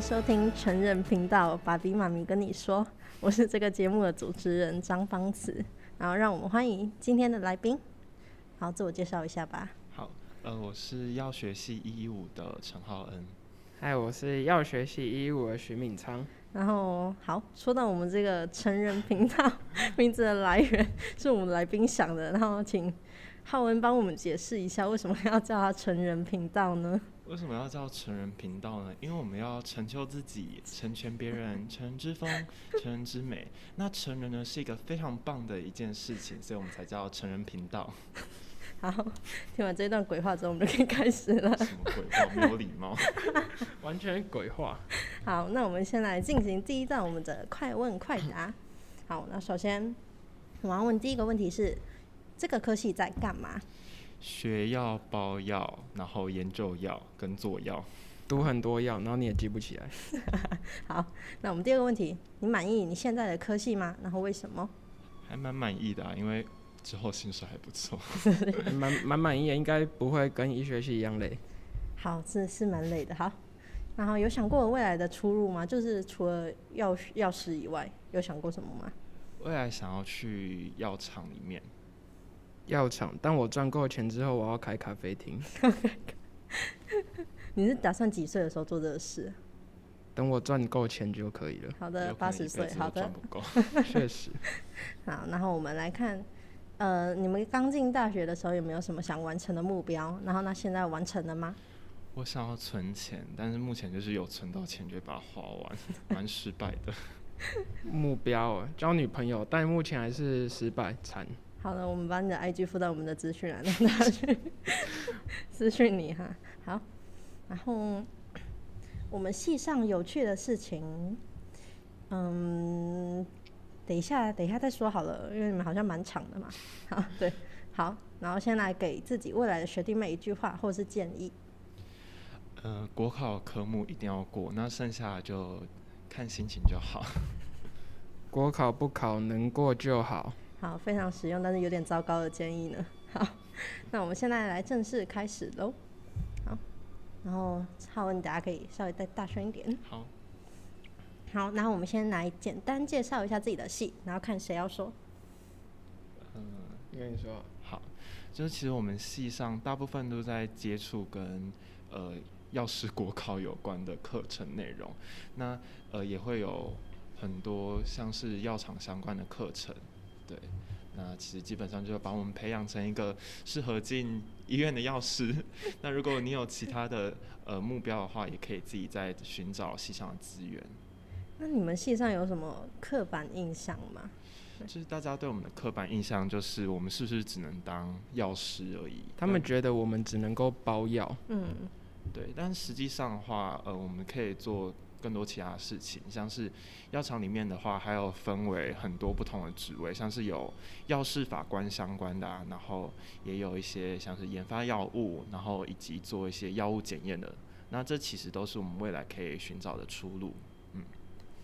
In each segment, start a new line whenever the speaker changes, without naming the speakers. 收听成人频道，爸比妈咪跟你说，我是这个节目的主持人张芳慈。然后让我们欢迎今天的来宾，好，自我介绍一下吧。
好，呃，我是药学系一一五的陈浩恩。
嗨，哎我是药学系一五的徐敏昌。
然后好，说到我们这个成人频道名字的来源，是我们来宾想的。然后请浩文帮我们解释一下，为什么要叫它成人频道呢？
为什么要叫成人频道呢？因为我们要成就自己，成全别人，成人之风，成人之美。那成人呢是一个非常棒的一件事情，所以我们才叫成人频道。
好，听完这段鬼话之后，我们就可以开始了。
什么鬼话，没有礼貌。
完全鬼话。
好，那我们先来进行第一段我们的快问快 答。好，那首先我要问第一个问题是：这个科系在干嘛？
学药、包药，然后研究药跟做药。
读很多药，然后你也记不起来。
好，那我们第二个问题，你满意你现在的科系吗？然后为什么？
还蛮满意的、啊，因为之后薪水还不错。
蛮蛮满意的，应该不会跟医学系一样累。
好，这是蛮累的。好，然后有想过未来的出路吗？就是除了药药师以外，有想过什么吗？
未来想要去药厂里面，
药厂，当我赚够钱之后，我要开咖啡厅。
你是打算几岁的时候做这个事？。
等我赚够钱就可以了
好
有
的，
可
八
能一辈
十岁。
子都
好的
赚，不够。
确实，
好，然后我们来看，呃，你们刚进大学的时候有没有什么想完成的目标？然后那现在完成了吗？
我想要存钱，但是目前就是有存到钱就会把它花完， 蛮失败的。
目标啊交女朋友，但目前还是失败惨。
好的，我们把你的 IG 附到我们的资讯栏， 让大家去私讯你哈。好，然后我们系上有趣的事情，嗯，等一下，等一下再说好了，因为你们好像蛮长的嘛。好，对，好，然后先来给自己未来的学弟妹一句话或是建议。
呃，国考科目一定要过，那剩下的就看心情就好。
国考不考，能过就好。
好，非常实用，但是有点糟糕的建议呢。好，那我们现在来正式开始喽。好，然后浩文，大家可以稍微再大声一点。
好，
好，然后我们先来简单介绍一下自己的系，然后看谁要说。
我跟你说，
好，就是其实我们系上大部分都在接触跟呃药师国考有关的课程内容，那呃也会有很多像是药厂相关的课程，对。那其实基本上就是把我们培养成一个适合进医院的药师。 那如果你有其他的呃目标的话，也可以自己再寻找系上的资源。
那你们系上有什么刻板印象吗？
就是大家对我们的刻板印象就是我们是不是只能当药师而已？
他们觉得我们只能够包药，
嗯，
对，但实际上的话，呃，我们可以做更多其他的事情，像是药厂里面的话，还有分为很多不同的职位，像是有药师法官相关的、啊，然后也有一些像是研发药物，然后以及做一些药物检验的。那这其实都是我们未来可以寻找的出路。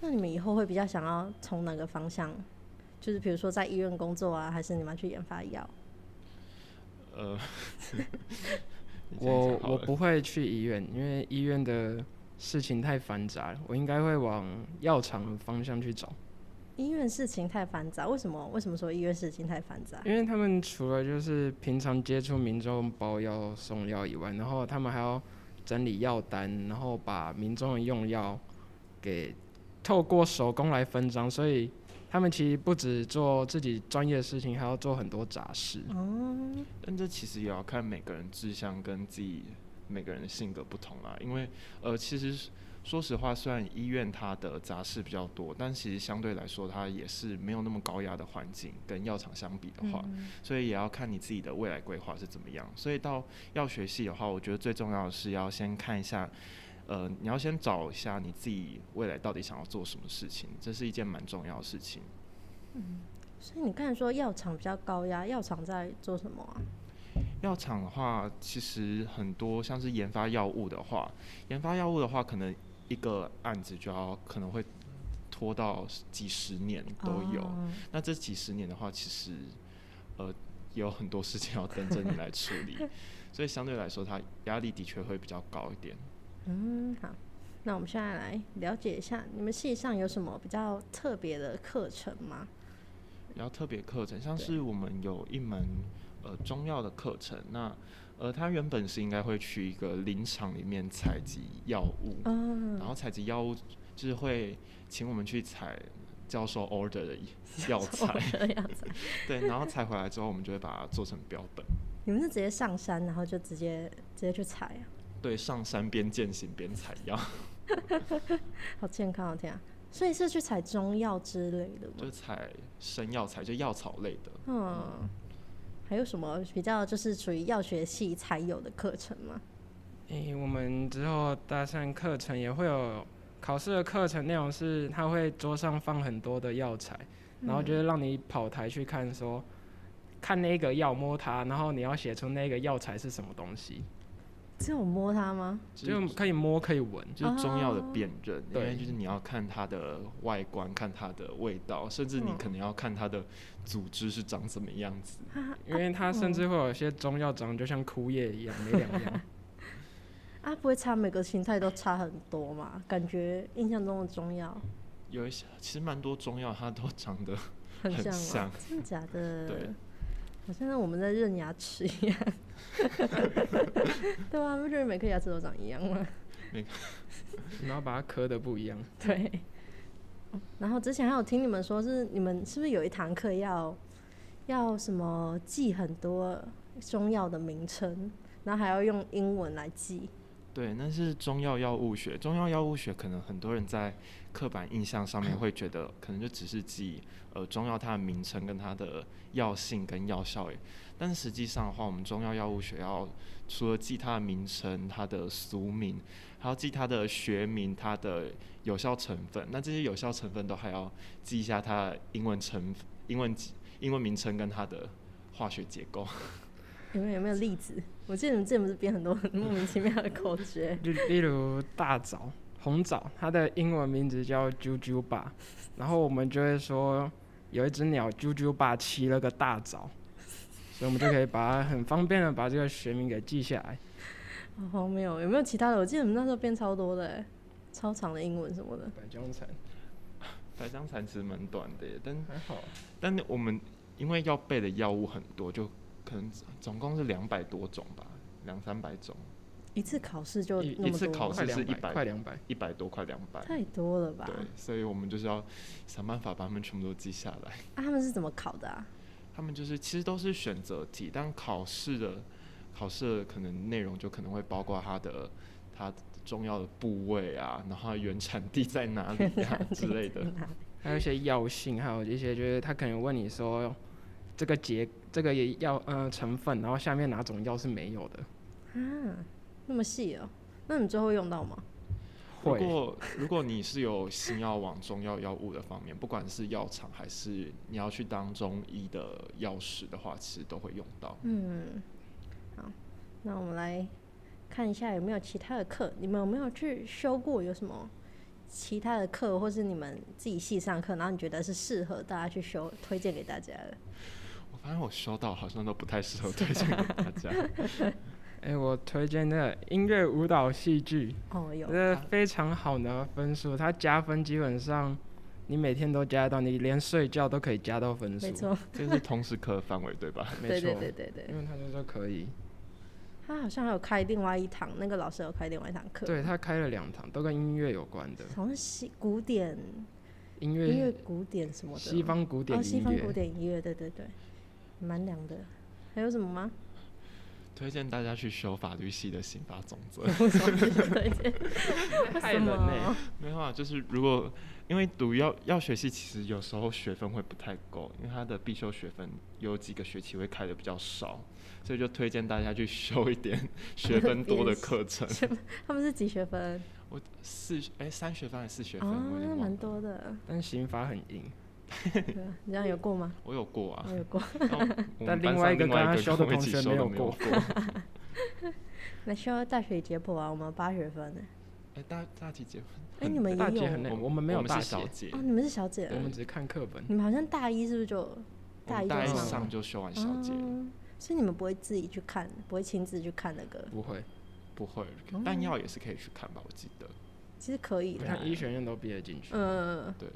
那你们以后会比较想要从哪个方向？就是比如说在医院工作啊，还是你们要去研发药？
呃，你先
我
讲好
我
了
不会去医院，因为医院的事情太繁杂了。我应该会往药厂的方向去找，
医院事情太繁杂，为什么？为什么说医院事情太繁杂？
因为他们除了就是平常接触民众包药送药以外，然后他们还要整理药单，然后把民众的用药给透过手工来分赃，所以他们其实不止做自己专业的事情，还要做很多杂事。
嗯
哦
但这其实也要看每个人志向跟自己每个人的性格不同啦。因为呃，其实是说实话，虽然医院它的杂事比较多，但其实相对来说，它也是没有那么高压的环境，跟药厂相比的话，
嗯
所以也要看你自己的未来规划是怎么样。所以到药学系的话，我觉得最重要的是要先看一下。呃，你要先找一下你自己未来到底想要做什么事情，这是一件蛮重要的事情。
所以你刚才说药厂比较高压，药厂在做什么啊？
药厂的话，其实很多像是研发药物的话，研发药物的话，可能一个案子就要可能会拖到几十年都有。
哦
那这几十年的话，其实呃有很多事情要等着你来处理，所以相对来说，它压力的确会比较高一点。
嗯，好。那我们现在来了解一下，你们系上有什么比较特别的课程吗？
比较特别课程，像
对
是我们有一门呃中药的课程，那呃它原本是应该会去一个林场里面采集药物，
嗯
然后采集药物就是会请我们去采教授 order 的药 材，
这样子，
对，然后采回来之后，我们就会把它做成标本，
你们是直接上山，然后就直接直接去采啊，
对，上山边践行边采 药，
好健康哦，天啊！所以是去采中药之类的
就
吗？
采生药材，就药草类的。
嗯，还有什么比较就是属于药学系才有的课程吗？
诶、我们之后大三课程也会有考试的课程内容是，它会桌上放很多的药材，然后
嗯
就是让你跑台去看说，看那个药摸它，然后你要写出那个药材是什么东西，
只有摸它吗？
就可以摸可以闻。
就是中药的
哦
辨认，因
对
为就是你要看它的外观，看它的味道，甚至你
嗯
可能要看它的组织是长什么样子。
啊
因为它甚至会有一些中药长得就像枯叶一样，没两 样。
啊，不会差每个形态都差很多嘛？感觉印象中的中药
有一些其实蛮多中药它都长得
很像
很
吗？
像
真的假的？
对，
好像是我们在认牙齿一样。 对啊，不觉得每颗牙齿都长一样吗？
然后把它磕的不一样。
对。然后之前还有听你们说是你们是不是有一堂课要要什么记很多中药的名称，然后还要用英文来记？
对，那是中药药物学。中药药物学可能很多人在刻板印象上面会觉得，可能就只是记呃中药它的名称跟它的药性跟药效而已，但实际上的话，我们中药药物学要除了记它的名称、它的俗名，还要记它的学名、它的有效成分。那这些有效成分都还要记一下它的英文成英文英文名称跟它的化学结构。
你们有没有例子？我记得你们之前不是编很多很莫名其妙的口 诀，
例例如大枣、红枣，它的英文名字叫啾啾吧，然后我们就会说有一只鸟啾啾吧骑了个大枣，所以我们就可以把它很方便的把这个学名给记下来。
好荒谬哦！有没有其他的？我记得你们那时候编超多的欸，超长的英文什么的。
百江城
百香蚕其实蛮短的耶，但
还好，
但我们因为要备的药物很多，就可能总共是两百多种吧，两三百种，
一次考试就
一
那
一
么
次
多
考
吗，
快
试是
两百，
100
快两百。
一百多快两百。
太多了吧？
对，所以我们就是要想办法把它们全部都记下来。
啊，他们是怎么考的啊？
他们就是其实都是选择题，但考试的考试的可能内容就可能会包括它的它重要的部位啊，然后它原产地在哪里 啊之类的。
还有一些药性，还有一些就是他可能问你说这个结这个也药呃成分，然后下面哪种药是没有的，
啊，那么细哦、那你最后会用到吗？
如
会
果如果你是有心要往中药药物的方面，不管是药厂还是你要去当中医的药师的话，其实都会用到。
嗯，好，那我们来看一下有没有其他的课，你们有没有去修过？有什么其他的课，或是你们自己系上课，然后你觉得是适合大家去修，推荐给大家的？
我发现我收到好像都不太适合推荐给大家。
哎、我推荐那个音乐、舞蹈、戏剧，
哦，有，
这非常好拿分数，它加分基本上你每天都加得到，你连睡觉都可以加到分数。
没，错，
这是通识课的范围对吧？
没
对
错
对，对对对，
因为他就说可以，
他好像还有开另外一堂，那个老师有开另外一堂课，
对，他开了两堂，都跟音乐有关的，
好像西古典
音
音乐
乐、
古典什么的，
西方古典
哦，西
音
方古
乐。
典音乐，对对对，蛮凉的。还有什么 吗？
推荐大家去修法律系的刑法总则。
什
害人
么
呢
没有啊，就是如果因为读药药学系，其实有时候学分会不太够，因为它的必修学分有几个学期会开的比较少，所以就推荐大家去修一点学分多的课程。
他们是几学分？
我四哎、三学分还是四学分？
啊
我有点，忘
蛮
了。
多的。
但刑法很硬，
对啊你这样有过吗？
我有过啊
我，有过。
然后我
但
们班
另外
上
一个
另外
跟他
一个
修
跟我
的
一
同
起
学
修
没
的
有
没
过
过。 哎、
那修大学解剖啊，我们有八学分呢。
大大体结婚，
哎，
很
你们
大
也
姐
有
很累
哦
我们没有
我们
大
是
姐
小姐
哦？，你们是小姐
我
哦，
们只看课本。
你们好像大一是不是就
我
大
们
一
大一
就
上
上就修完小姐了，
哦所以你们不会自己去看，不会亲自去看那个
不会，
不会
哦，
但药也是可以去看吧，我记得。
其实可以
我
的
想。医学院都毕得进去。
嗯、
对。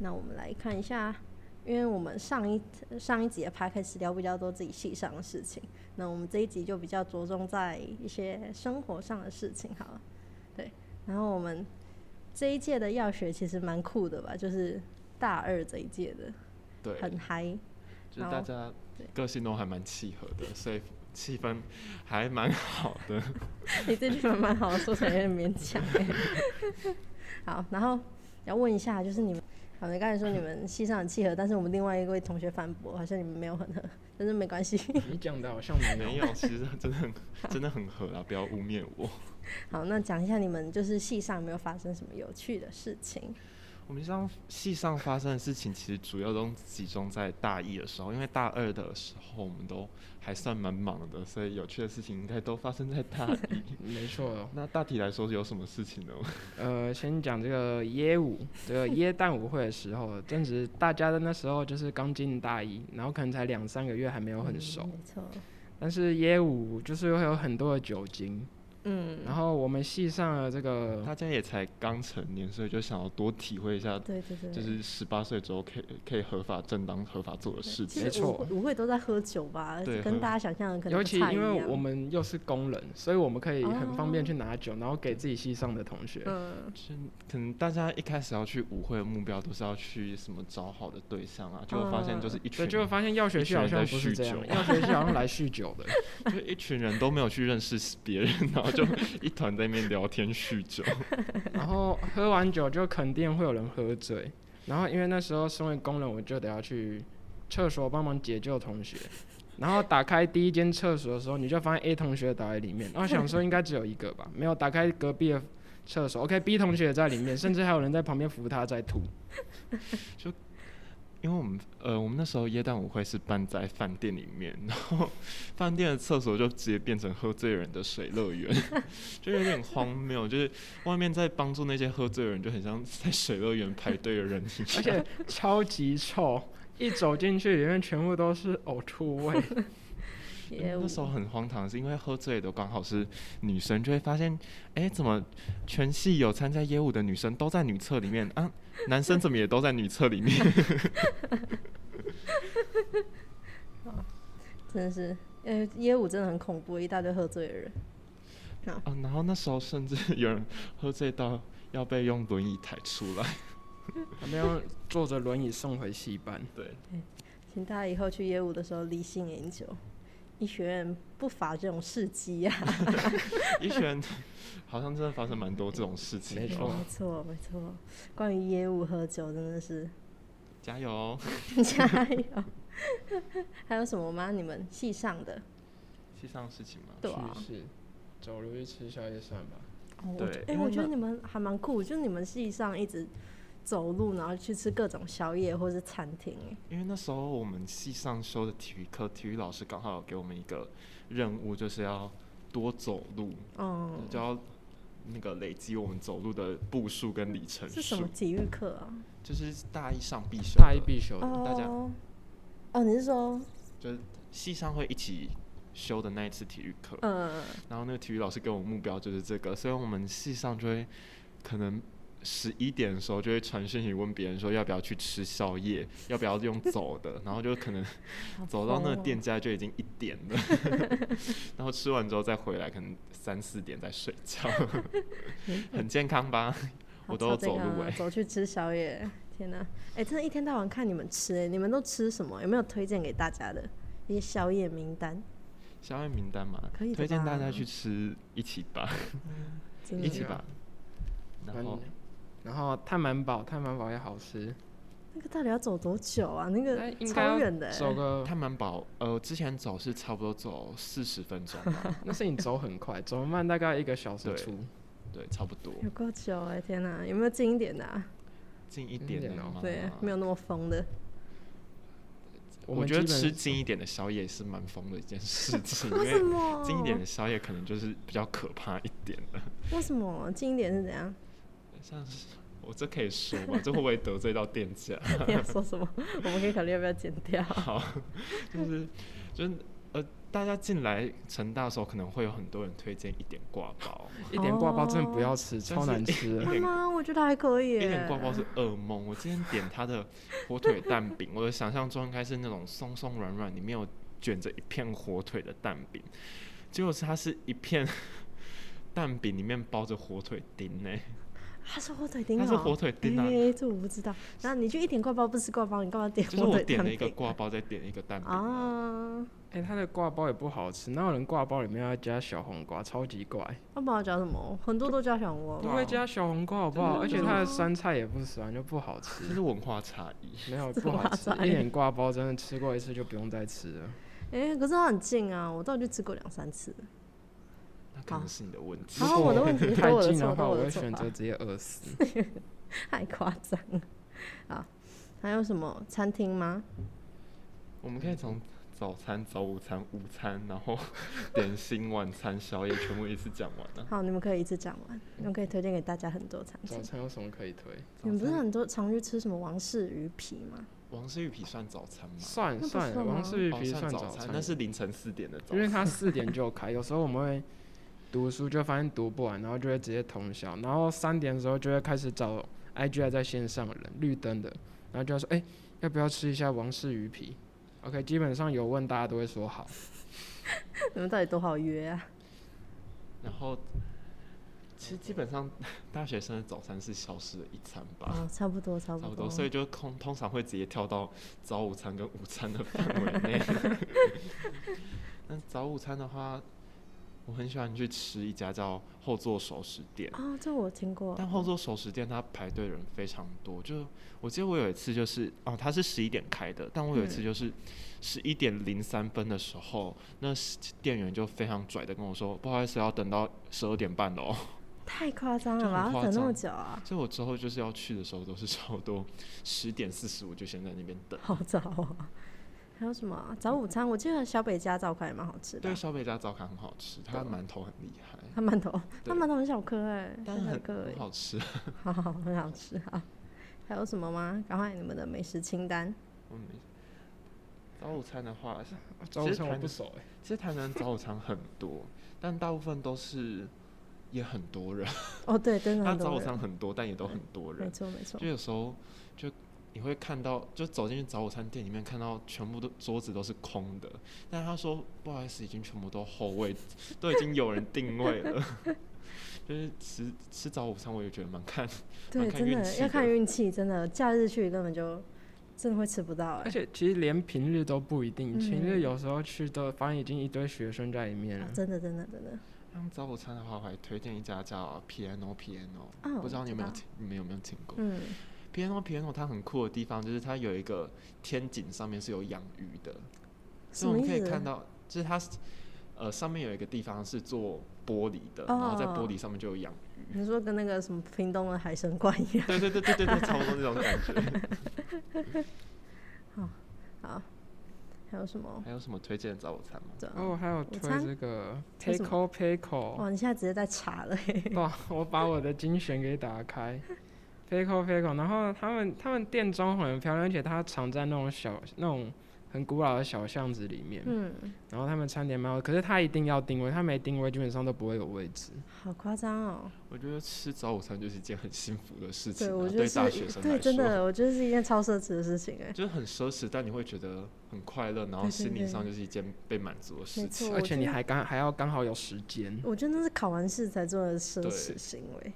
那我们来看一下，因为我们上一上一集的 p a c a s 聊比较多自己系上的事情，那我们这一集就比较着重在一些生活上的事情好了。对，然后我们这一届的药学其实蛮酷的吧，就是大二这一届的，
对，
很嗨。
就是大家
对
个性都还蛮契合的，所以气氛还蛮好 的。
你这句蛮蛮好的，说起来有点勉强欸。好，然后要问一下，就是你们，好，你刚才说你们系上很契合，但是我们另外一位同学反驳，好像你们没有很合，但是没关系。
你讲的好像没有
没。有，其实真的很真的很合啦，不要污蔑我。
好，那讲一下你们就是系上有没有发生什么有趣的事情？
我们上系上发生的事情，其实主要都集中在大一的时候，因为大二的时候我们都还算蛮忙的，所以有趣的事情应该都发生在大一。
没错，哦
那大体来说有什么事情呢？
呃，先讲这个耶舞，这 个耶诞舞会的时候，正值大家的那时候就是刚进大一，然后可能才两三个月，还没有很熟。
嗯
没错，
但是耶舞就是会有很多的酒精，
嗯，
然后我们系上的这个
大家也才刚成年，所以就想要多体会一下，
对对对，
就是十八岁之后可以可以合法、正当、合法做的事
其
情。
实
没错
舞会舞会都在喝酒吧，
对
跟
喝
大家想象的
嗯
可能
尤
不
其
太一
因
样。
为我们又是工人，所以我们可以很方便
哦
去拿酒，然后给自己系上的同学。
嗯，
就可能大家一开始要去舞会的目标都是要去什么找好的对象啊，结果发现就是一群
对，就会发现药学系好像不是这
一群
样，
人在酗酒
药学系好像来酗酒的。
就一群人都没有去认识别人， 然后就一团在那边聊天酗酒。
然后喝完酒就肯定会有人喝醉，然后因为那时候身为工人，我就得要去厕所帮忙解救同学。然后打开第一间厕所的时候，你就发现 A 同学倒在里面，然后想说应该只有一个吧，没有打开隔壁的厕所，OK，B 同学也在里面，甚至还有人在旁边扶他在吐。
因为我们呃，我们那时候耶诞舞会是办在饭店里面，然后饭店的厕所就直接变成喝醉人的水乐园， 就有点荒谬。就是外面在帮助那些喝醉的人，就很像在水乐园排队的人一
而
样。
且超级臭，一走进去里面全部都是呕吐味。
也
那时候很荒唐，是因为喝醉的刚好是女生，就会发现，哎、怎么全系有参加业务的女生都在女厕里面啊？男生怎么也都在女厕里面？
真的是，呃，耶舞真的很恐怖，一大堆喝醉的人。
啊，然后那时候甚至有人喝醉到要被用轮椅抬出来。
他们要坐着轮椅送回戏班。
对，
请大家以后去业务的时候理性研究，医学院不乏这种事迹啊呀、
医学院 好像真的发生蛮多这种事情。
没
的
错
哦，
没错，没错。关于业务喝酒，真的是
加油哦！
加油！ 还有什么吗？你们系上的？
系上的事情嘛，
对啊
去世，走路去吃宵夜算吧。
哦我觉
对
哎、
因为
我觉得
那
你们还蛮酷，就是你们系上一直走路，然后去吃各种宵夜或是餐厅、哎，
因为那时候我们系上修的体育课，体育老师刚好有给我们一个任务，就是要多走路，
嗯，
就要那个累积我们走路的步数跟里程
是什
数
么，体育课啊？
就是大一上必修的，
大一必修的，
嗯大家
哦，哦，你是说，
就是系上会一起修的那一次体育课。
呃，
然后那个体育老师给我们目标就是这个，所以我们系上就会可能十一点的时候就会传讯息问别人说要不要去吃 宵夜，要不要用走的，然后就可能
好
走到那个
疯哦
店家就已经一点了， 然后吃完之后再回来，可能三四点再睡觉， 很健康吧？我都有走路
哎、
哎
走去吃宵夜，天哪！哎、真的，一天到晚看你们吃、哎，你们都吃什么？有没有推荐给大家的一些宵夜名单？
宵夜名单嘛
可以，的
推荐大
吧
家去吃一起吧，
真的，
一起吧。然后
嗯然后碳满堡，碳满堡也好吃，
那个到底要走多久啊？那个
哎应该
超
要
远的、哎
走个，
他们保呃之前走是差不多走四十分钟吧，
那是你走很快，走慢大概一个小时
对
出。
对，差不多。
有够久哎、天哪！有没有近一点的、啊？
近一
近一
点
点
的
哦
吗？
嗯对，没有那么疯的。
我
们
觉得
基本
吃近一点的宵夜是蛮疯的一件事 情，因
为什
为
么？
近一点的宵夜可能就是比较可怕一点的。
为什么近一点是怎样？
像是我这可以说 吗？这会不会得罪到店家？
你要说什么？我们可以考虑要不要剪掉。
好，就是就是呃，大家进来成大的时候，可能会有很多人推荐一点挂包，
一点挂包真的不要
哦
吃，超难吃 的。
会
点
吗？我觉得还可以
一
耶。
点挂包是噩梦。我今天点他的火腿蛋 饼，我的想象中应该是那种松松软软，里面有卷着一片火腿的蛋饼，结果是它是一片蛋饼里面包着火腿丁呢、
它是火腿丁哦，
它是火腿丁啊
哎、这我不知道。然后你去一点挂包不吃挂包，你干嘛点
就是
火
我
腿
点
蛋
了一个
饼？
挂包，再点一个蛋饼啊。
啊，
哎、它的挂包也不好吃，哪有人挂包里面要加小黄瓜，超级怪。
那不好叫什么？很多都叫小黄
不
瓜。
会加小黄瓜好不
真
好？
的
而且
吗
它的酸菜也不酸，就不好
这
吃
是。文化差异。
没有
这
不好
哇
吃
塞，
一点挂包真的吃过一次就不用再吃 了。
哎、可是它很近啊，我到底就吃过两三次。
那可能是你的问题。
好好我的问题是
太
都我的
近
错都
的话，
啊
我
我
的
会
错
选
吧
择直接 饿死。
太夸张了 啊！还有什么餐厅吗？
我们可以从早餐、早午餐、午餐，然后 点心、晚餐、宵夜，全部一次讲完啊了、
好，你们可以一次讲完，你们可以推荐给大家很多餐
早
厅。
餐有什么可以 推？
你们不是
早餐
很多常去吃什么王氏鱼皮吗？
王氏玉皮算早餐吗？
算
那不
算，
算吗
王氏玉
哦
皮
算
早
餐，那是凌晨四点的早
因为
餐。
它四点就开，有时候我们会读书就发现读不完，然后就会直接通宵，然后三点的时候就会开始找 IG 还在线上的人绿灯的，然后就要说哎、要不要吃一下王氏鱼皮？OK，基本上有问大家都会说好。
你们到底多好约啊？
然后，其实基本上大学生的早餐是消失了一餐吧，
哦，差不多，差不
差
多。
不
哦
多，所以就通通常会直接跳到早午餐跟午餐的范围内。 那早午餐的话，我很喜欢去吃一家叫后座熟食店。
哦，这我听过。
但后座熟食店它排队人非常多，就我记得我有一次就是哦，它是十一点开的，但我有一
嗯
次就是十一点零三分的时候，那是店员就非常拽的跟我说，不好意思，要等到十二点半了哦。
太夸张了
就很
吧？要
夸
等那么
张
久啊，
所以我之后就是要去的时候都是差不多十点四十，我就先在那边等。
好早啊！ 还有什么啊、早午餐？我记得小北家早餐也蛮好吃的
对，
啊，
小北家早餐很好吃，它馒头很厉害，
它馒头，它
对
馒头很小颗哎、
但
小小
很
颗而
很
已
好吃。
好好很好吃啊！还有什么吗？赶快你们的美食清单。
嗯，早午餐的话，
早午餐我不熟哎、
其实台南早午餐很多，但大部分都是也很多人。
哦，对，真的
它
很
早
多
午
人，
餐很多，但也都很多
没
人。
错没错
就。有时候就你会看到，就走进去早午餐店里面，看到全部都桌子都是空的。但他说不好意思，已经全部都后位， 都已经有人定位了。 就是吃吃早午餐，我也觉得蛮看
对，
蛮看
真
运
的
气
要看
的
运气，真的假日去根本就真的会吃不到哎、
而且其实连平日都不一定，平日
嗯
有时候去都发现已经一堆学生在里面了
啊。真的真的真的。
像早午餐的话，我还推荐一家叫 Piano Piano，、
哦
不知道你有没有
我知
听，你们有没有听过、
嗯，
p i a n o Piano 它很酷的地方就是它有一个天井上面是有养鱼的，
什
所以我
么
们嗯可
意
以
思
看？到，就是它是呃上面有一个地方是做玻璃的，然后在
哦
玻璃上面就有养鱼。
你说跟那个什么屏东的海参馆一样？
对对对对对对，差不多那种感觉。
好，还有什么？
还有什么推荐的早午餐吗？
对啊
哦，还有推
餐
这个
为什
Pickle Pickle，
哇，你现在直接在查了欸、
哇，我把我的精选给打开。Pickle Pickle，然后他们他们店装潢很漂亮，而且它藏在那种小那种很古老的小巷子里面。
嗯，
然后他们餐点蛮好，可是它一定要定位，它没定位基本上都不会有位置。
好夸张哦！
我觉得吃早午餐就是一件很幸福的事情、
对，
啊，
我觉得
对大学
是，
生
对，
来
真
说。
的，我觉得是一件超奢侈的事情哎。
就是很奢侈，但你会觉得很快乐，然后
对对
心灵
对
上就是一件被满足的事
没错
情。
而且你
真的
还刚还要刚好有时间。
我觉得那是考完试才做的奢
对
侈行为，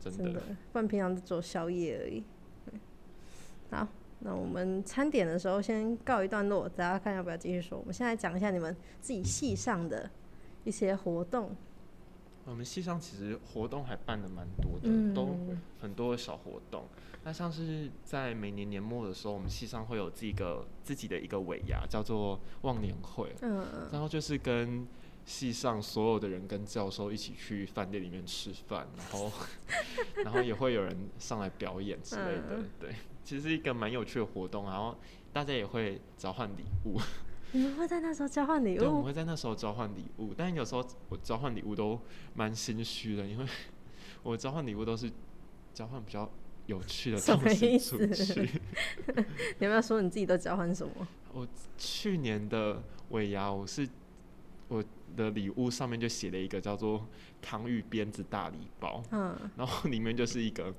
真
真的，不然平常都做宵夜而已。嗯好，那我们餐点的时候先告一段落，大家看要不要继续说。我们现在讲一下你们自己系上的一些活动，
我们系嗯上其实活动还办的蛮多的，
嗯
都很多的小活动。那像是在每年年末的时候，我们系上会有自己个自己的一个尾牙，叫做忘年会，
嗯，
然后就是跟系上所有的人跟教授一起去饭店里面吃饭，然 后然后也会有人上来表演之类的
嗯，
对，其实是一个蛮有趣的活动，然后大家也会交换礼物。
你们会在那时候交换礼
对，我们
物？
会在那时候交换礼物，但有时候我交换礼物都蛮心虚的，因为 我交换礼物都是交换比较有趣的
什么
东
意
西出
思
去。
你要不要说你自己都交换什么？
去年的尾牙，我是我的礼物上面就写了一个叫做“康裕鞭子大礼包”，
嗯，
然后里面就是一个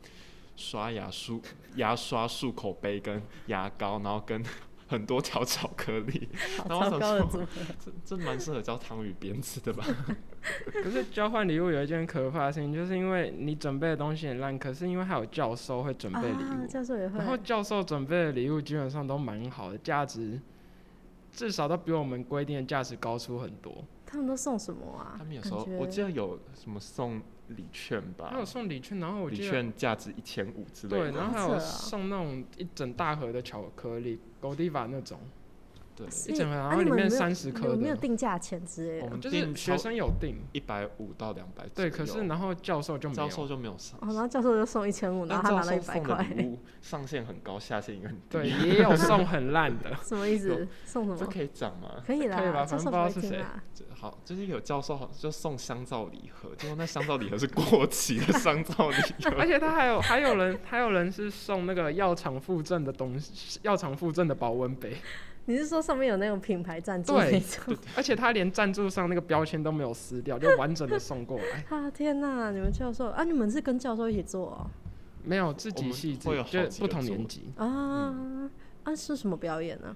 刷牙漱牙刷漱口杯跟牙膏，然后跟很多 条巧克力，
好
然后我
糟
想
糕的
说
组合，
这这蛮适合叫汤与鞭子的吧？
可是交换礼物有一件可怕的事情，就是因为你准备的东西很烂，可是因为还有教授会准备礼物，
啊，教授也会
然，后教授准备的礼物基本上都蛮好的，价值至少都比我们规定的价值高出很多。
他们都送什么啊？
他们有
感
时候
觉
我记得有什么送礼券吧
还，有送礼券，然后我
礼
记得
券价值一千五之类
对，
的，
然后还
好扯哦
有送那种一整大盒的巧克力，Godiva 那种，
对，
所
一
以
整盒，
啊
然后
你们
里
有
面
没有
三十
有
颗
没有
的，哦
定价钱之类
我
的？
们
就
嗯
是
订
学生有订，
一百五到两百，
对，可是然后教授就没
教授
有，
就没有上，
哦，然后教授就送一千五，然
但
后他
教
拿了
授
一百
送的
块，，
礼物上限很高，下限也很低，
对，也有送很烂的
什么意思
有？
送什
这
么？
可以讲吗？
可以
可以
啦，
吧
教授
反正不
会
知道是
听啊啦。
这好，就是有教授好就送香皂礼盒，结果那香皂礼盒是过期 的香皂礼盒
而，且他还有还有人还有人是送那个药厂附赠的东西，药厂附赠的保温杯，
你是说上面有那种品牌赞助
对
那种？，
而且他连赞助上那个标签都没有撕掉，就完整的送过来
啊天哪！你们教授啊，你们是跟教授一起做哦、
没有自
我
己
们
细致
会有，好
就
几
不
个
同
组
年级，
啊、
嗯
啊是什么表演呢、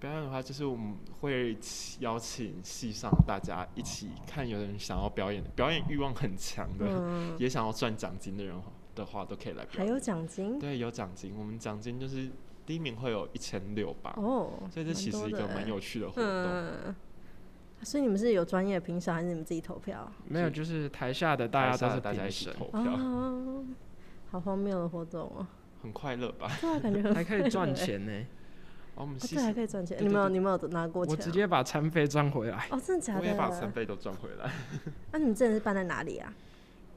表演的话，就是我们会邀请系上大家一起看，有人想要表演，表演欲望很强的，
嗯，
也想要赚奖金的人的话，都可以来表
还
演。
有奖金
对，有奖金，我们奖金就是第一名会有一千六
啊
吧，
哦，
所以这
蛮
其实
多
一
的
个蛮
欸
有趣的活动。
嗯，所以你们是有专业评审，还是你们自己投票？
没有就是台下的
台
大家
下
都是
嗯大家一
评
起
审，
投票，
啊，好荒谬的活动哦、
很快乐吧？
对啊，感觉很
还可以
快
赚
乐欸。
钱呢，
然后我们
哦，
系
对，还
上
可以赚钱。
对
你
对
们有
对
你们有拿过
我
钱、
直接把餐费赚回来。
哦，真的假
我也把三
的？
倍都赚回来。
那、你们之前是办在哪里啊？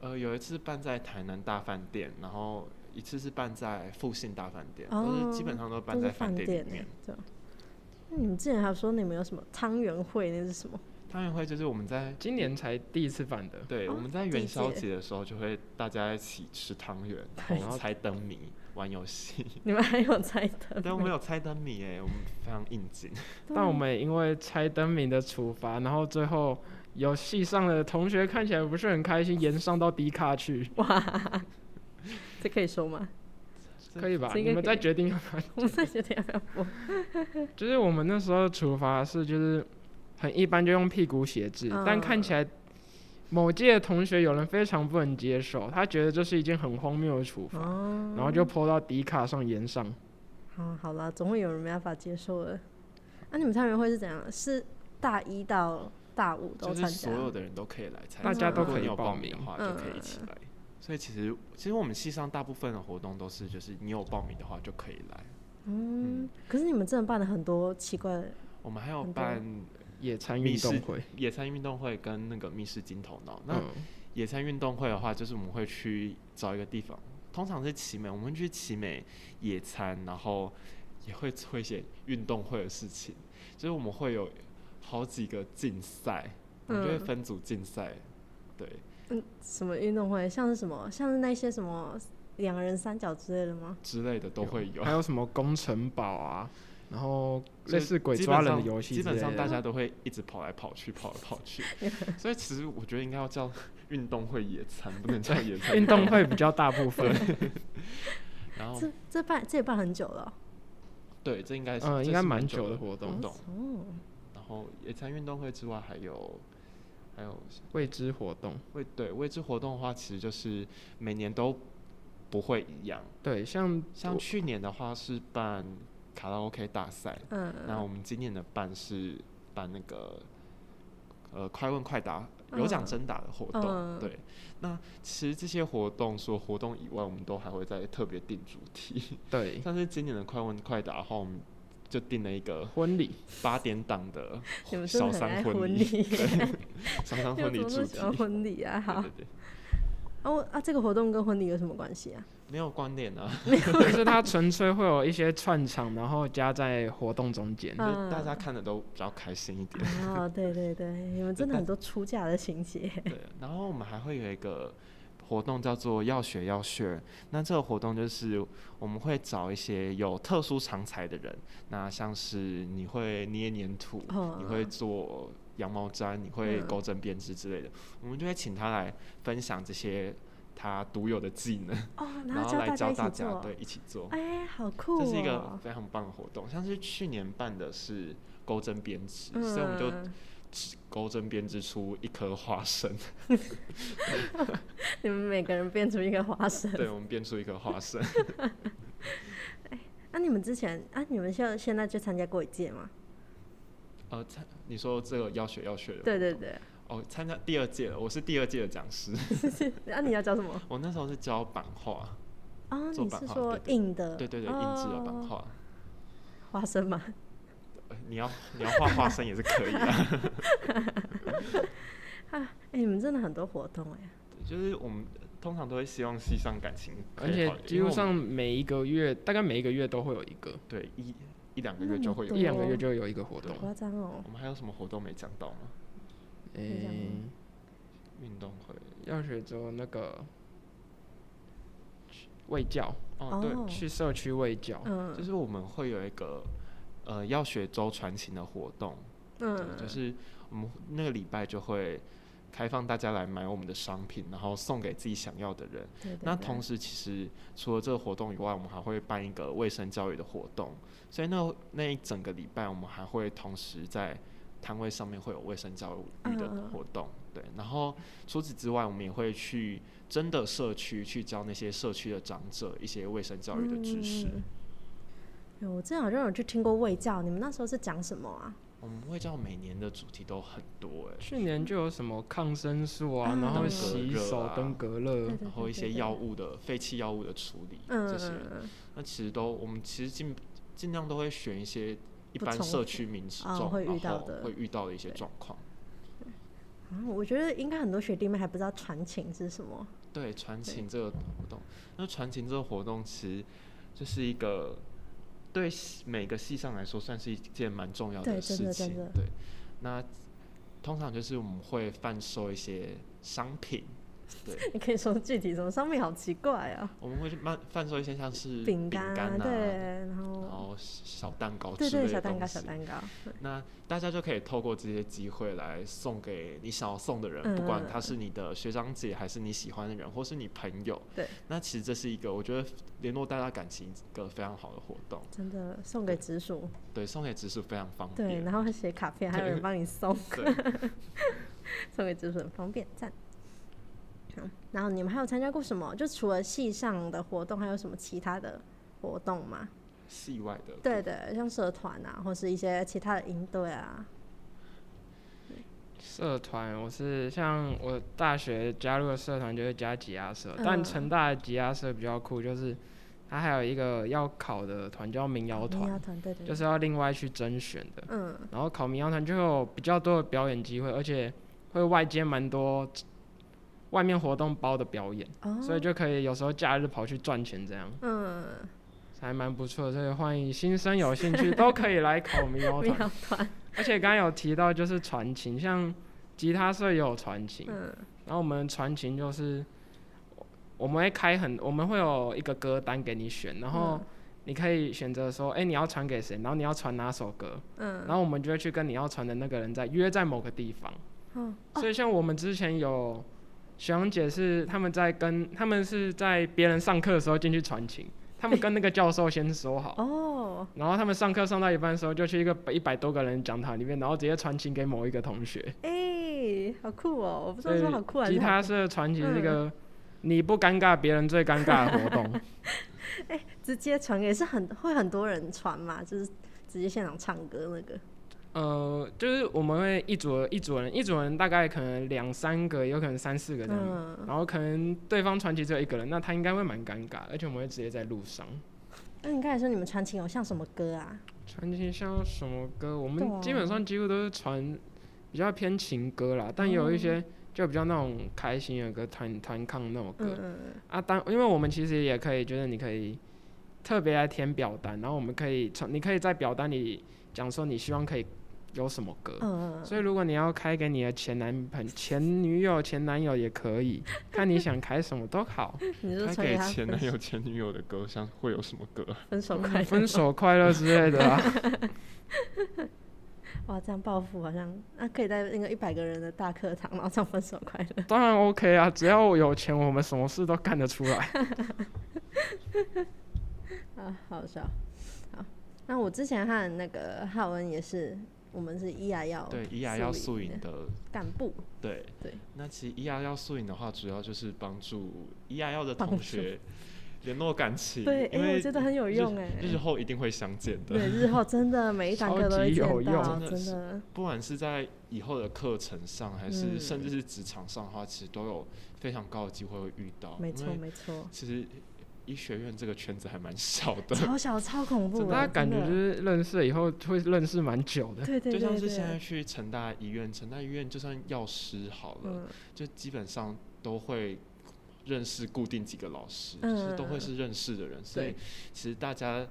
呃，有一次办在台南大饭店，然后一次是办在复兴大饭店，
哦
都是基本上都办
都
在
是饭
饭
店
里
欸
面。，
对啊。那你们之前还说你们有什么汤圆会，那是什么？
汤圆会就是我们在
今年才第一次办的，
对、
哦
我们在元宵节的时候就会大家一起吃汤 圆，
对
然后猜灯谜、玩游戏。
你们还有猜 的？
但我们有猜灯谜哎，我们非常应景。
对
但我们因为猜灯谜的处罚，然后最后有系上的同学看起来不是很开心，延上到迪卡去，
哇，这可以说 吗？
这
可以吧？
这应该
你们
可以
再决定要
我
不
们在决定要不要播。
要。就是我们那时候处罚是就是很一般，就用屁股写
嗯
字，但看起来某届的同学有人非常不能接受，他觉得这是一件很荒谬的处罚，
哦，
然后就泼到迪卡上延上。
好，好啦，总会有人没办法接受的。啊那、你们参与会是怎样？是大一到大五都
就是
参加
所？有的人都可以来参加，
大家都
如果
可以
你有
报
报名的
名
话，就可以一起来。所以其实其实我们系上大部分的活动都是，就是你有报名的话就可以来。
嗯，可是你们真的办了很多奇怪的，
我们还有
很多
办
野餐
密
运动
室
会，
野餐运动会跟那个密室金头脑。那
嗯
野餐运动会的话，就是我们会去找一个地方，通常是奇美，我们会去奇美野餐，然后也会做一些运动会的事情，就是我们会有好几个竞赛，我们就会
嗯
分组竞赛，对，
嗯，什么运动会，像是什么，像是那些什么两人三角之类的吗？
之类的都会有
还。有什么工城堡啊，然后
所
类
以
似鬼
基
抓
本
人的
上
游戏
基
之
本
类
上大
的
家都会一直跑来跑去，跑来跑 去。所以其实我觉得应该要叫运动会野餐，不能叫野 餐
运动。会比较大部分，
然后
这这办这也办很久了
对，这应该是这
嗯，应该
是
蛮
久
久的活
哦。
动。
动。
哦，
然后野餐运动会之外，还有还有
未知活动，
未对未知活动的话，其实就是每年都不会一样。
对，像
像去年的话是办卡拉 OK 大赛，那
嗯，
我们今年的办是办那个呃快问快答有奖
嗯
征答的活动。
嗯
对，那其实这些活动除了活动以外，我们都还会再特别定主 题。
对
但是今年的快问快答的话，我们就定了一个
婚礼，
八点档的
你们真
小
的很爱
三
婚
礼，
礼，
小三
你
婚
们
礼
怎么
主
都
题
喜。欢婚礼啊？
对
好
对，对，
哦啊，这个活动跟婚礼有什么关系啊？
没有关联 啊，
就是它纯粹会有一些串场，然后加在活动中间。
嗯
就大家看的都比较开心一点。
啊，对对对，你们真的
但
很多出嫁的情节。
对，然后我们还会有一个活动叫做“要学要学”。那这个活动就是我们会找一些有特殊长才的人，那像是你会捏黏土，
哦
你会做羊毛毡，你会
嗯
钩针编织之类的，我们就会请他来分享这些他独有的技能，
哦，然
然
后
后来
教
教大
一起
家
做，
对一起做。
哎，好酷、哦！
这是一个非常棒的活动，像是去年办的是钩针编织，
嗯，
所以我们就钩针编织出一颗花生，
你们每个人变出一个花生。
对我们编出一颗花生。
那、你们之前啊，你们现现在就参加过一届吗？
呃，参你说这个要学要学的，
对对对，
哦，参加第二届了，我是第二届的讲师，
啊，你要教什么？
我那时候是教版画，
哦，
做
你
版
是
画
说
对对
硬的？
对对对，印制的版
哦
画。
花生吗？
呃你要你要画花生也是可以啊的、
哎、你们真的很多活动哎、
对就是我们通常都会希望系上感情可
而
以
且
好一点，
几
因为
乎
我们
上每一个月，大概每一个月都会有一个，
对一一两个月就会有
对
一两个
哦
月就会有一个活动
好。夸张哦
我！们还有什么活动没讲到吗？
你
诶
讲吗，
运动会
药学周那个去卫教，
哦，对，
哦
去社区卫教，
就
嗯
是我们会有一个呃药学周传情的活动，对，就
嗯，
是我们那个礼拜就会开放大家来买我们的商品，然后送给自己想要的人。
对对
那
对
同时，其实除了这个活动以外，我们还会办一个卫生教育的活动，所以那那一整个礼拜，我们还会同时在摊位上面会有卫生教育的
嗯嗯嗯
活动，对。然后除此之外，我们也会去真的社区去教那些社区的长者一些卫生教育的知识。
嗯哎我之前好像有去听过卫教，你们那时候是讲什么啊？
我们会教每年的主题都很多、欸，
去年就有什么抗生素啊，
啊
然后
登革
洗
热
手、
啊
登革热
对，对
然后
对对
一些
对
药物的废弃药物的处理
嗯
这些。
嗯嗯
那其实都，我们其实尽尽量都会选一些一
不
般
重
社
复
区民众、
哦会遇
然
到
后
的
会遇到的一些
对
状况。
嗯啊我觉得应该很多学弟妹还不知道传情是什么。
对，传情这个活动，那传情这个活动其实就是一个对系每个系上来说算是一件蛮重要
对
的
真
事
的真
情。
的
对，那通常就是我们会贩售一些商品，对，
你可以说具体什么？上面好奇怪啊，
我们会去贩贩售一些像是
饼
干
干
啊，
对，然后
然后小蛋糕
对
之
对
类
小
的
蛋糕
东
小
西。
蛋糕，
那大家就可以透过这些机会来送给你想要送的人，
嗯
不管他是你的学长姐，还是你喜欢的人，或是你朋友。
对。
那其实这是一个我觉得联络大家感情一个非常好的活动，
真的送给直属，
对，送给直属非常方
对，
便。
然后还写卡片，还有人帮你送，
对，
送给直属很方便，赞。好然后你们还有参加过什么？就除了系上的活动，还有什么其他的活动吗？
系外的。
对。的，像社团啊，或是一些其他的营队啊。
社团，我是像我大学加入的社团就是加吉亚社，但
嗯
成大的吉亚社比较酷，就是它还有一个要考的团叫民谣
民谣
团，
团，对对，
就
对
是要另外去甄选的。
嗯，
然后考民谣团就会有比较多的表演机会，而且会外接蛮多外面活动包的表演，
哦，
所以就可以有时候假日跑去赚钱，这样
嗯，
还蛮不错的。所以欢迎新生有兴趣都可以来考民谣
民
团。
谣团，
而且刚刚有提到就是传情，像吉他社也有传情，
嗯
然后我们传情就是我们会开很，我们会有一个歌单给你选，然后
嗯
你可以选择说，哎、你要传给谁，然后你要传哪首歌，
嗯，
然后我们就会去跟你要传的那个人在约在某个地方。
嗯
所以像我们之前有学长姐是他们在跟他们是在别人上课的时候进去传情，他们跟那个教授先说好，
哦，
然后他们上课上到一半的时候就去一个一百多个人讲堂里面，然后直接传情给某一个同学。
哎，好酷哦！我不知
所
道
以
说好酷还
吉
是好嗯
他
酷
社传奇是一个你不尴尬，别人最尴尬的活 动。
直接传给是很会很多人传嘛，就是直接现场唱歌那个。
呃，就是我们会一组一组人，一组人大概可能两三个，有可能三四个这样。
嗯，
然后可能对方传奇只有一个人，那他应该会蛮尴尬，而且我们会直接在路上。
那你刚才说你们传情有像什么歌啊？
传奇像什么歌？我
对啊
们基本上几乎都是传比较偏情歌啦，但有一些就比较那种开心的歌，团团抗那种歌。
嗯嗯嗯，
啊，当因为我们其实也可以，就是你可以特别来填表单，然后我们可以从你可以在表单里讲说你希望可以有什么歌。
嗯嗯
所以如果你要开给你的前男朋前女友、前男友也可以，看你想开什么都 好。
嗯你就
他
传
给
他
前
分
男友、前女友的歌，像会有什么歌啊？
分手快乐。
分手快乐之类的啊，
哇，这样报复好像那、可以在那个一百个人的大课堂，然后唱分手快乐。
当然 OK 啊，只要我有钱，我们什么事都干得出 来。
啊，好笑。好，那我之前和那个浩恩也是，我们是伊雅要
对，伊雅要素营的，
干部，
对
对。
那其实伊雅要素营的话，主要就是帮助伊雅要的
帮
同
助
学联络感情，
对，哎、
因为
我觉得很有
日
用哎、
日后一定会相见的。
对，日后真的每一堂
超
课都会
级
见
有用
到，
真的
真
是
的。
不管是在以后的课程上，还是
嗯
甚至是职场上的话，其实都有非常高的机会会遇到。
没错
哦因为，
没错
其实医学院这个圈子还蛮小 的，
超小超恐 怖的，
大家感觉
真
就
的
是认识了以后会认识蛮久的。
对对
就
对
像
对，
是现在去成大医院，成大医院就算药师好了，
嗯
就基本上都会认识固定几个老师，
嗯
就是都会是认识的人，所以
对
其实大家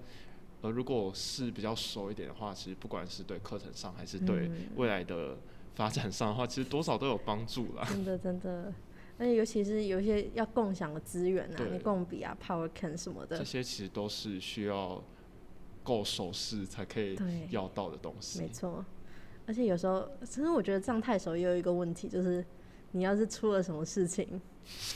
呃如果是比较熟一点的话，其实不管是对课程上还是对
嗯
未来的发展上的话，其实多少都有帮助啦。
真的真的，而且尤其是有一些要共享的资源啊，
对
你共笔啊、Power Can 什么
这
的，
些其实都是需要够熟识才可以
对，
要到的东西
没。错。而且有时候，其实我觉得这样太熟也有一个问题，就是你要是出了什么事情，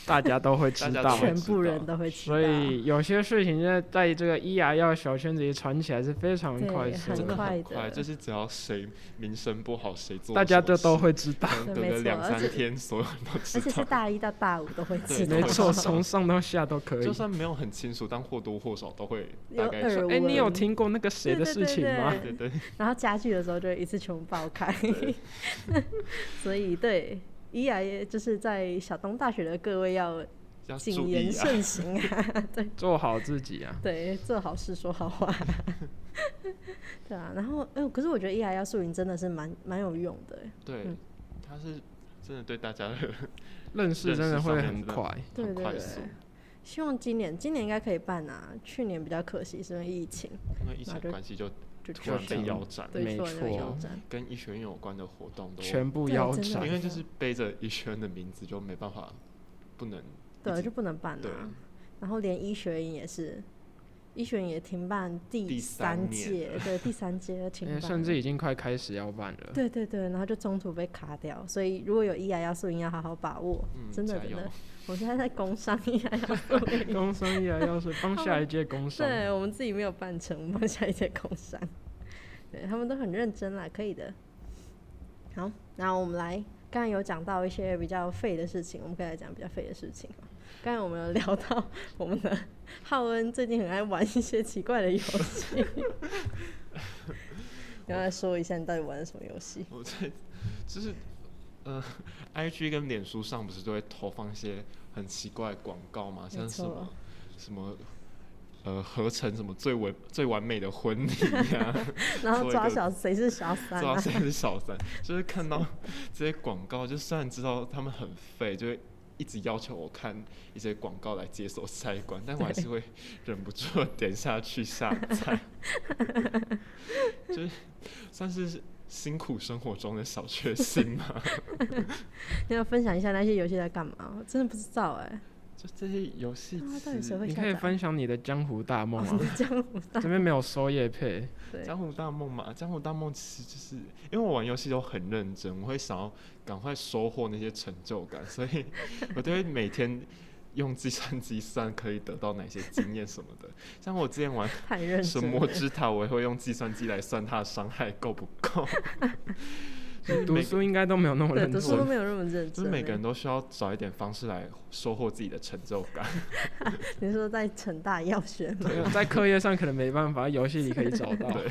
大家都会知
大家
道
都。会
全部人都会知道，
所以有些事情在在这个医牙药小圈子里传起来是非常
对
快速
很
真的
的，
快
很
的
快，就是只要谁名声不好，谁做
大家
这
这都会知道。
可
对
能隔
没
个
错
两
而
三
且
天，所有人都知
而且
道
是。大一到大五都会知
对
道，
没
都
错，
会知道
从上到下都可以
就。算没有很清楚，但或多或少都会
有
大概知
耳
道
闻。
哎、你有听过那个谁的事情吗？
对对，
然后家具的时候就一次全部爆开， 所以对，依然也就是在小东大学的各位要
要注
谨言
意啊。
慎行啊，
做好自己啊！
对，做好事说好话， 对啊。然后，哎、可是我觉得依然要素营真的是蛮蛮有用的欸，
对
嗯，
他是真的对大家的
认识真的会很快，
对
很
对
快
对
速，。
希望今年今年应该可以办啊，去年比较可惜，是因为疫情
因为疫
那
情
就
关系就
就
突
取
然被
消，
腰斩，
对，
没
突然被
错
腰斩，
跟医学院有关的活动都，
全部
对
腰
真的
斩
因。为就是背着医学院的名字就没办法，不能
对，就不能办
对
啊。然后连医学院也是，医学院也停办第
第
三
三
届
年，
对，第三届就停
因为
办，
哎甚至已经快开始要办了。，
对对对，然后就中途被卡掉，所以如果有依然要素营，要好好把握，
嗯
真的
加
真
油
的，我现在在工商依然要素营
工商业要是帮下一届工商，
对我们自己没有办成，我们下一届工商， 对他们都很认真啦，可以的。好，然后我们来，刚才有讲到一些比较废的事情，我们可以来讲比较废的事情哦。刚才我们有聊到我们的浩恩最近很爱玩一些奇怪的游戏，你要来说一下你到底玩了什么游戏？
我在就是，呃，IG 跟脸书上不是都会投放一些很奇怪的广告嘛，像什么
错
什么。呃，合成什么最完最完美的婚礼呀、
然后
做一
抓
个
小谁是小三
知道
啊？
谁是小三，就是看到这些广告，就虽然知道他们很废，就会一直要求我看一些广告来解锁下一关，但我还是会忍不住地点下去下载，就是算是辛苦生活中的小确幸嘛。
你要分享一下那些游戏在干嘛？我真的不知道哎、
就这些游戏
啊到底谁
其实
会
你
下
可以
载
分享你的江湖大梦 啊！
哦这样我
这边没有收叶配，
对，
江湖大梦嘛，江湖大梦其实就是因为我玩游戏都很认真，我会想要赶快收获那些成就感，所以我都会每天用计算机算可以得到哪些经验什么的。像我之前玩
太认
神
真
魔
了。
之塔，我也会用计算机来算它的伤害够不够。就是
读
每
书应该都没有那么
对，
认
读书都
真。
没有那么认
就
真、
是
欸。
每个人都需要找一点方式来收获自己的成就感。
你说在成大要学吗？
对在课业上可能没办法，游戏里可以找到。
对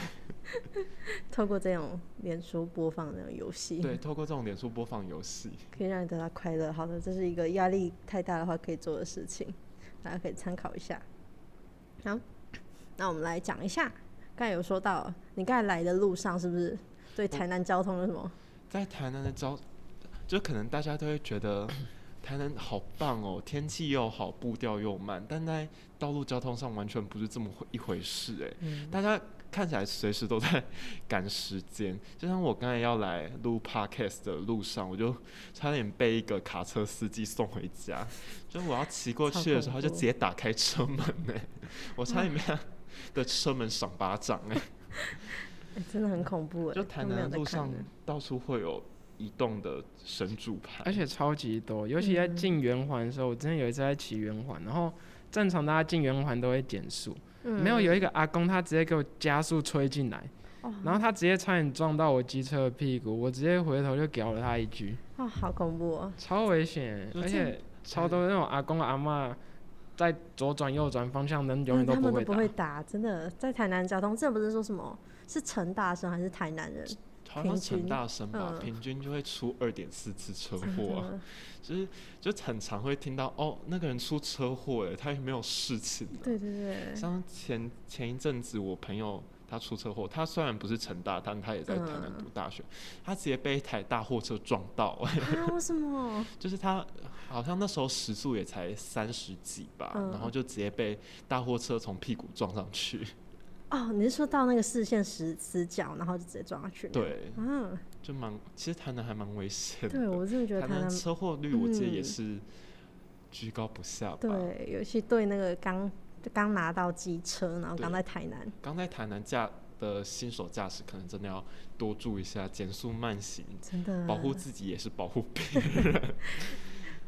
透过这种脸书播放的那种游戏，
对，透过这种脸书播放游戏，
可以让你得到快乐。好的，这是一个压力太大的话可以做的事情，大家可以参考一下。好，那我们来讲一下，刚才有说到，你刚才来的路上是不是对台南交通有什么？
在台南的交， 就可能大家都会觉得 台南好棒哦，天气又好，步调又慢，但在道路交通上完全不是这么回一回事哎、
嗯
大家看起来随时都在赶时间，就像我刚才要来录 podcast 的路上，我就差点被一个卡车司机送回家，就我要骑过去的时
超
候，
恐怖
他就直接打开欸欸车门哎、我差点被他的车门赏巴掌哎、
哎真的很恐怖哎、
就台
都没
南
有在
路
看
上
的
到处会有移动的神主牌，
而且超级多，尤其
嗯
在进圆环的时候，我之前有一次在骑圆环，然后正常大家进圆环都会减速，没有有一个阿公他直接给我加速吹进
啊
来，
哦
然后他直接差点撞到我机车的屁股，我直接回头就屌了他一句，
哦，好恐怖哦！
超危险，
就
而
这
且超多那种阿公阿嬷在左转右转方向灯永远
但
嗯
都
他
不
们都
会
不会
打，
打，真的在台南交通，这不是说什么是陈大生还是台南人？
好像
平
很
均
大声吧，
嗯
平均就会出二点四次车祸、啊，
嗯
就是就很常会听到哦，那个人出车祸了，他也没有事情、啊。
对对对，
像前前一阵子我朋友他出车祸，他虽然不是成大，但他也在台南
嗯
读大学，他直接被一台大货车撞到，
啊，为什么？
就是他好像那时候时速也才三十几吧，
嗯
然后就直接被大货车从屁股撞上去，
哦，你是说到那个视线死死角，然后就直接撞上去？，
对，
嗯，
就蛮其实台南还蛮危险的，
对我真的觉得
台
台
南
南，
车祸率我记得也
嗯
是居高不下吧，
对，尤其对那个刚就刚拿到机车，然后刚
对
在台南，
刚在台南驾的新手驾驶可能真的要多注意一下，减速慢行，
真的
保护自己也是保护别人。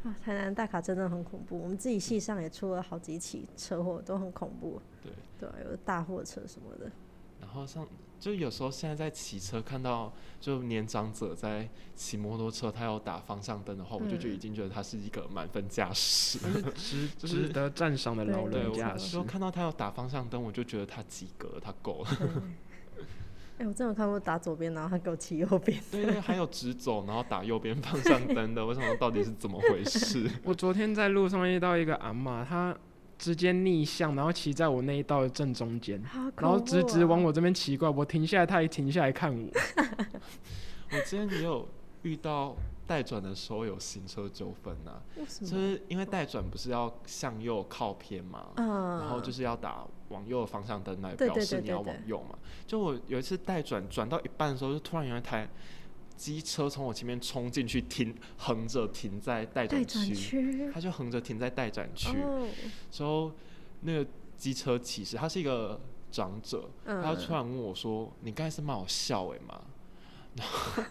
啊，台南大卡真的很恐怖，我们自己系上也出了好几起车祸，都很恐怖。
对
对啊，有大货车什么的。
然后像就有时候现在在骑车看到就年长者在骑摩托车，他要打方向灯的话，我就
嗯
就已经觉得他是一个满分驾驶。
值
就是
值得赞赏的老
对，
人
我
驾
有
驶
时候。看到他要打方向灯，我就觉得他及格，他够了。
对哎、我真的有看过打左边，然后他给我骑右边。
对对，还有直走，然后打右边方向灯的，我想说到底是怎么回事？
我昨天在路上遇到一个阿嬷，她直接逆向，然后骑在我那一道的正中间，
好恐怖、啊
然后直直往。我这边骑过来，我停下来，她也停下来看 我。
我之前也有遇到待转的时候有行车纠纷呐，
为什
就
么？
是因为待转不是要向右靠偏嘛，
嗯，
然后就是要打往右的方向灯来
对
表
对
示
对
你
对
要往
对
右嘛。就我有一次待转转到一半的时候，就突然有一台机车从我前面冲进去停，横着停在待
待
转
转
区，
区。
它就横着停在待转区。
哦，
之后那个机车骑士他是一个长者，
嗯，
他就突然问我说：“你刚才是骂我笑诶、吗？” 然后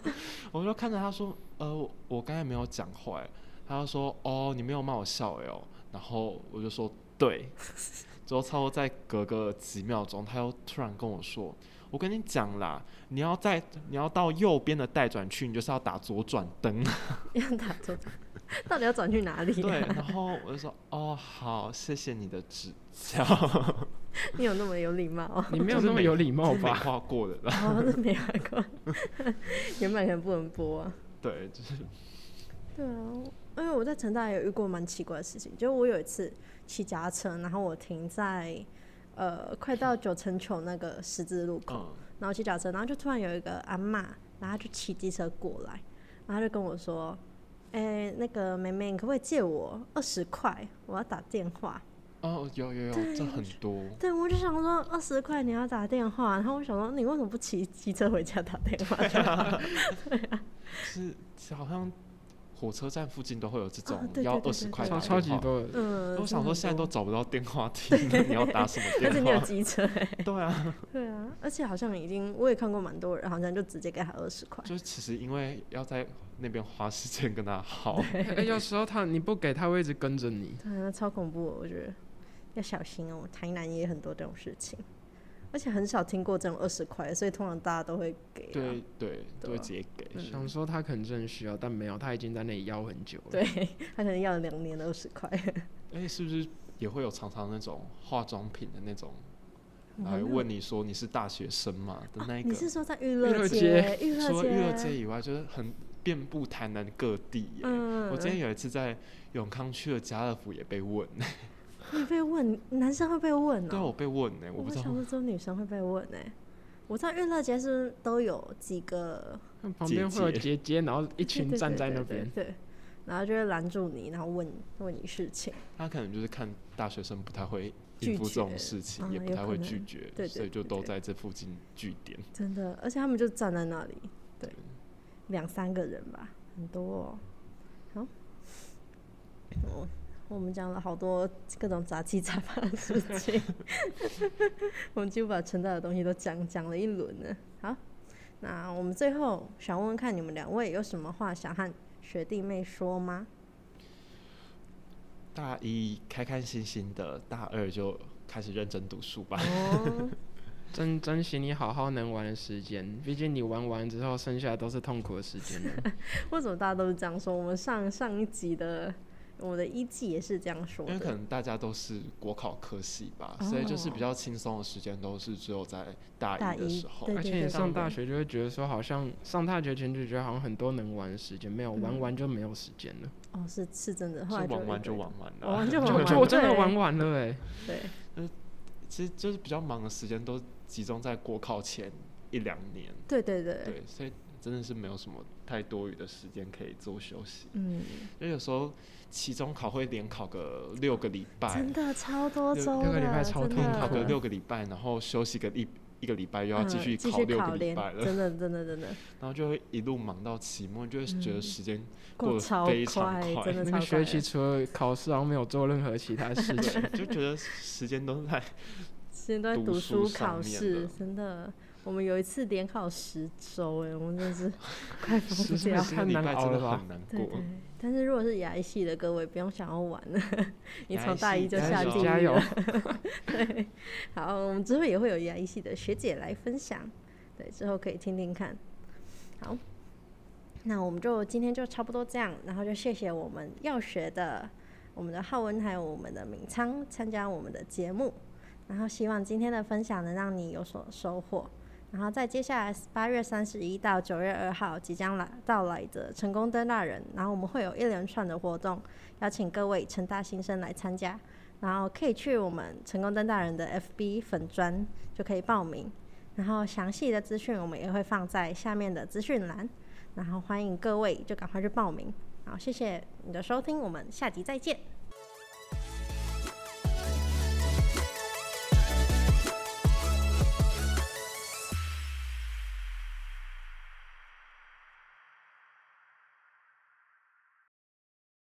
我就看着他说：“呃，我我刚才没有讲坏。”他就说：“哦，你没有骂我笑诶、哦。”然后我就说：“对。” 之后，差不多再隔个几秒钟，他又突然跟我说：“我跟你讲啦，你要在你要到右边的待转区，你就是要打左转灯。
要打左转， 到底要转去哪里、啊？
对，然后我就说：“哦，好，谢谢你的指教。
你有那么有礼貌、 哦？
你没有那么有礼貌
这是美
吧？
化过的啦，
哦，这没看过， 原本可能不能播啊。
对，就是
对啊，因为我在成大也有遇过蛮奇怪的事情，就我有一次骑脚踏车，然后我停在呃快到九层球那个十字路口，
嗯。
然后骑脚踏车，然后就突然有一个阿嬷，然后她就骑机车过来，然后她就跟我说：“哎、那个妹妹，你可不可以借我二十块？我要打电话。”
哦，有有有，这很多。
对，我就想说二十块你要打电话，然后我想说你为什么不骑机车回家打电 话？
是是好像火车站附近都会有这
啊
种
对对
要
对
二十
对
块
对
打
超
对
电话。
超级多的，
嗯，
我
真
想
的
说现在
很
都
多
找不到电话 亭了，你要打什么
而且你有
电话？
机车 哎、
对啊，
对啊，而且好像已经我也看过蛮多人，好像就直接给他二十块。
就是其实因为要在那边花时间跟他耗，
啊
哎，有时候他你不给他会一直跟着你。
对啊，超恐怖的，我觉得要小心哦。台南也很多这种事情，而且很少听过这种二十块，所以通常大家都会给、啊。
对对，都
对
会
啊
直接给。
想说他可能真的需要，但没有，他已经在那里要很久了。
对，他可能要两年的二十块。
哎，是不是也会有常常那种化妆品的那种，
我
来
没有啊
问你说你是大学生嘛的那一
你
个？
是说在娱
乐
乐
街
街？娱乐
除了
街，
娱乐街以外，就是很遍布台南各地耶。
嗯，
我之前有一次在永康区的家乐福也被问，
哦你被问，男生会被问
对啊，
哦、
我被问呢、我
我
不知道
想说只有女生会被问哎、我在娱乐街是不是都有几个
看旁边会有姐姐，然后 一群
对对
站在
对
那
对
边。
对，然后就会拦住你，然后问问你事情。
他可能就是看大学生不太会
拒
应付这种
绝
事情，
嗯
也不
有
太
可
会
能
拒绝，
对对
所以就
对
都
对
在这附近聚点。
真的，而且他们就站在那里，对，两三个人吧，很多、哦。好，我我们讲了好多各种杂七杂八的事 情，我们几乎把存在的东西都讲讲了一轮了。好，那我们最后想问问看你们两位有什么话想和学弟妹说 吗？
大一开开心心的，大二就开始认真读书吧。
哦，
珍珍惜你好好能玩的时间，毕竟你玩完之后，剩下的都是痛苦的时间 了。
为什么大家都是这样说？我们上上一集的我的一季也是这样说
因为可
的。
能大家都是国考科系吧，
哦
所以就是比较轻松的时间都是只有在
大
大一的
一
时候
对。
而且你上
当
大
然
学就会觉得说，好像上大学前就觉得好像很多能玩的时间，没有
嗯
玩完就没有时间了，
哦，是是真的。
就
后来
玩完就
一堆
玩完啊了、
玩完哦就玩
就
完，
就我真的
对
玩完了哎、
对。
其实就是比较忙的时间都集中在国考前一两年，
对对对，
对，所以真的是没有什么太多余的时间可以做休息。
嗯，
因为有时候期中考会连考个六个礼拜
真，的超多
哎六
周的，
六个礼拜超
真
痛
连
的
考个
苦
六个礼拜，然后休息个一一个礼拜，又要
嗯
继续
继
考
续
六
考
个
连
礼拜，了，
真的真的 真的
然后就会一路忙到期末，你就会觉
嗯
得时 间
过
过
得
得
超
非常
快，
快
真的
那
超
个
快
学
的。
期除了考试，好像没有做任何其 他事情。
就觉得时间都在
嗯 现在都在
读
读书
书上
考
面
试
了，
真的，我们有一次连考十周，哎，我们真 的是快疯
十周
掉。
太
这个礼
难
拜
熬
真
了
的
吧
很难
对
过
对。，但是如果是牙医系的各位，不用想要玩了， 你
牙
从
医
大
系
一就
加
下
油
地
加
狱
油
了。对， 好，我们之后也会有牙医系的学姐来分享，对，之后可以听听看。好，那我们就今天就差不多这样，然后就谢谢我们药学的我们的浩文还有我们的敏昌参加我们的节目，然后希望今天的分享能让你有所收获。然后在接下来八月三十一到九月二号即将来到来的成功登大人，然后我们会有一连串的活动，邀请各位成大新生来参加，然后可以去我们成功登大人的 FB 粉砖就可以报名，然后详细的资讯我们也会放在下面的资讯栏，然后欢迎各位就赶快去报名。好，谢谢你的收听，我们下集再见，